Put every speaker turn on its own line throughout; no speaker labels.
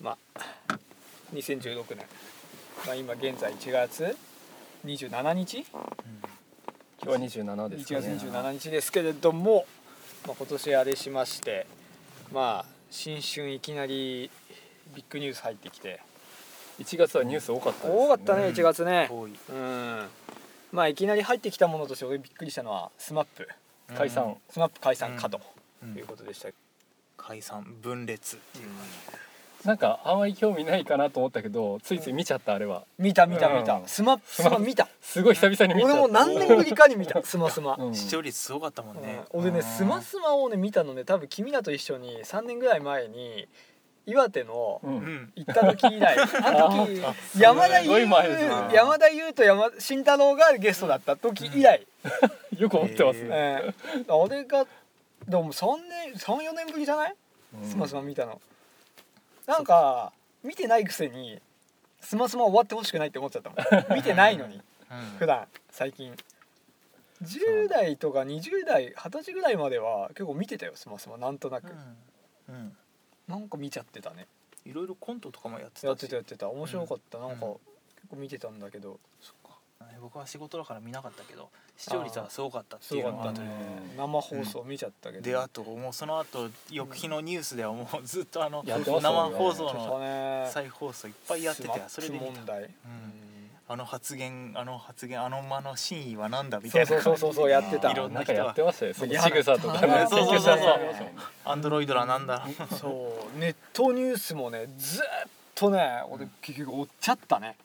まあ、2016年、まあ、今現在1月27日
今日は27
1
です
月
かね
27日ですけれども、まあ、今年あれしましてまあ新春いきなりビッグニュース入ってきて
1月はニュース多かったです、
多かったね1月ね
多い
うんまあいきなり入ってきたものとして俺びっくりしたのは SMAP
解散、
スマップ解散かと
うん
いうことでした、
解散分裂っていう
なんかあんまり興味ないかなと思ったけどついつい見ちゃったあれは
見た見た見た、
うん
スマップスマ見た
すごい久々に見ちゃっ
俺
た
も何年ぶりかに見たスマスマ、
うん
視聴率すごかったもんね、
うん俺ね
うん
スマスマをね見たのね多分君らと一緒に3年ぐらい前に岩手の
うん
うん
行った時以来あの時
あ
山田
すご
優
い前ですね
山田優と山慎太郎がゲストだった時以来、
よく思ってます
え
ね、
ーあれがでも3年34年ぶりじゃない
うん
スマスマ見たのなんか見てないくせにスマスマ終わってほしくないって思っちゃったもん見てないのに
うん
普段最近10代とか20代二十歳ぐらいまでは結構見てたよスマスマなんとなく
うんうん
なんか見ちゃってたね
いろいろコントとかもやってたし
やってたやってた面白かったなんか
うん
結構見てたんだけど
そっか僕は仕事だから見なかったけど視聴率はすごかったっ
す
てい
ご
う
か
の
っ
が
た
あとで
ね生放送見ちゃったけど
であともうその後翌日のニュースではもうずっとあの
やって
生
ましたもんね
放送
ちょっと
の
ね
再放送いっぱいやって
ス
て
マップ
それで見た
問題うん
あの発言あの発言あの間の真意はなんだみ
そ
たいうな
そうそうそうそうやってた
いろんな
な
ん
か
人
や
が
ってましたよその
や
仕草とかね
そうそうそうそう
研究者さんやってましたもんね
アンドロイドらなんだ
そうネットニュースもねずーっとね俺結局追っちゃったね、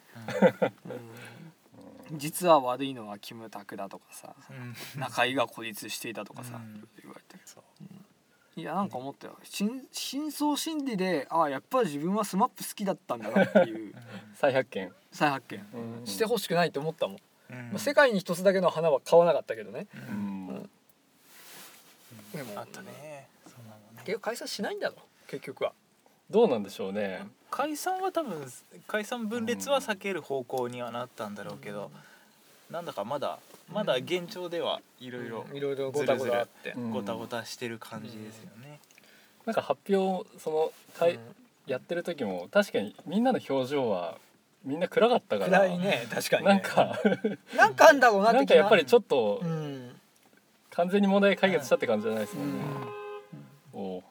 実は悪いのはキムタクだとかさ
うん
中居が孤立していたとかさ、
うん
言われて
そう
いやなんか思ったよ真真相心理でああやっぱり自分はスマップ好きだったんだなっていう
再発見、
再発見
うん
してほしくないって思ったもん、
うん
まあ世界に一つだけの花は買わなかったけどね
うん
でも
あったねそうなのね
結局解散しないんだろ結局は
どうなんでしょうね
解散は多分解散分裂は避ける方向にはなったんだろうけど、なんだかまだまだ現状ではいろいろ
いろいろごたごたあって
うん
ごたごたしてる感じですよね。
なんか発表その会、
うん
やってる時も確かにみんなの表情はみんな暗かったから
暗いね確かに、ね、
なん か
なんかあんだろうなって
なんかやっぱりちょっと
うん、
完全に問題解決したって感じじゃないですもんね、おう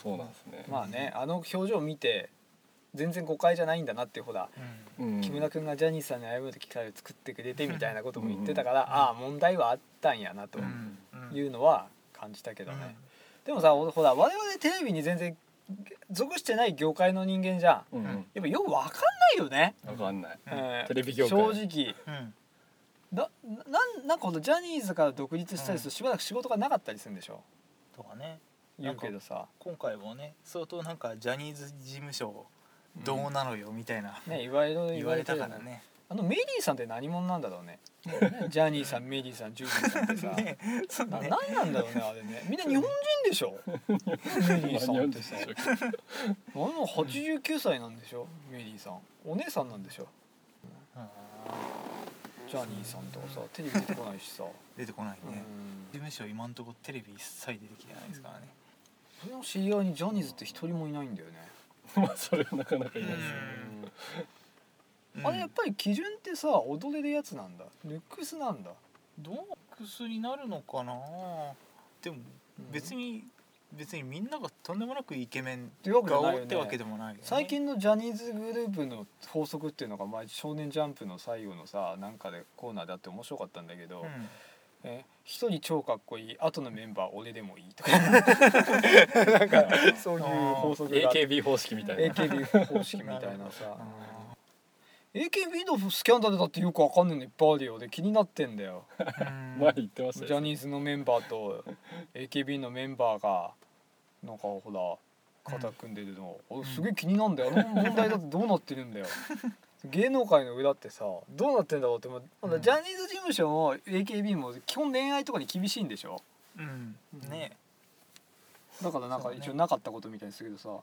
そうなんですね、
まあねあの表情見て全然誤解じゃないんだなってほら、
うん、
木村君がジャニーさんに謝る機会を作ってくれてみたいなことも言ってたから、ああ問題はあったんやなと
うんうん
いうのは感じたけどね、でもさほほら我々テレビに全然属してない業界の人間じゃん
うんうん
やっぱよくわかんないよね、
わかんない
うん
うん
テレビ業界
正直
うん
だなんなんかほらジャニーズから独立したりするとしばらく仕事がなかったりするんでしょ
とかね
言うけどさ、
今回もね相当なんかジャニーズ事務所どうなのよみたいな、
ね、いろいろ言
言
わ
わ
れ
れ
て
た
るよ
からね。
あのメリーさんって何者なんだろうねジャニーさんメリーさんジュリーさんって さ、
ねそう
な
ね
何なんだろうねあれねみんな日本人でしょメリーさんってさあの89歳なんでしょメリーさんお姉さんなんでしょ
うん
ジャニーさんとかさテレビ出てこないしさ、
出てこ ないね
う。
事
ん、
務所今んとこテレビ一切出てきてないですからね。
それの知り合いにジャニーズって一人もいないんだよね、
まあそれはなかなかいないですよ
ん
あれやっぱり基準ってさ踊れるやつなんだルックスなんだ
どう薬になるのかなでも別に、別にみんながとんでもなくイケメン
っていうわけじゃ
が
ない
多
よ
い
ね
ってわけでもないよね
最近のジャニーズグループの法則っていうのが前「少年ジャンプ」の最後のさなんかでコーナーであって面白かったんだけど
うん、
「え一人超かっこいい後のメンバー俺でもいい」 とかなん かそういう法則があって
AKB 方式みたいな
AKB 方式みた いなさ AKB のスキャンダルだってよくわかんないのいっぱいあるよで気になってんだよ
うん
前言ってまし
ジ
た
ャ
よ
ニーズのメンバーと AKB のメンバーがなんかほら肩組んでるの、俺すげえ気になるんだよあの問題だってどうなってるんだ よ芸能界の上だってさどうなってんだろうってもうほら
うん
ジャニーズ事務所も AKB も基本恋愛とかに厳しいんでしょ
うんね
だからなん
そ
か
うね
一応なかったことみたいにするけどさ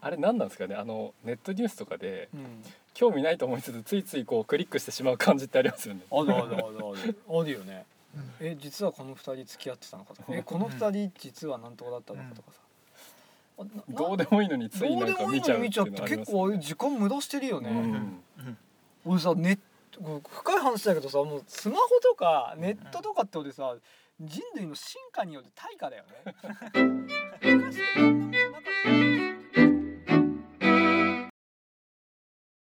あれ何なんですかねあのネットニュースとかで
うん、
興味ないと思いつつついついこうクリックしてしまう感じってありますよね
うん、あるあるあるあるあるよねえ実はこの二人付き合ってたのかとかえこの二人実はなんとかだったのかとかさ、な
どうでもいいのについ
どう
な
で
んか
もいいの
見ちゃ
に
うっ
見
て
ちゃっ
いう
て
のはありま
結
すね
構ああいう時間無駄してるよね、
うん
うん
俺さネットこう深い話だけどさもうスマホとかネットとかって俺さ人類の進化によって対価だよね深い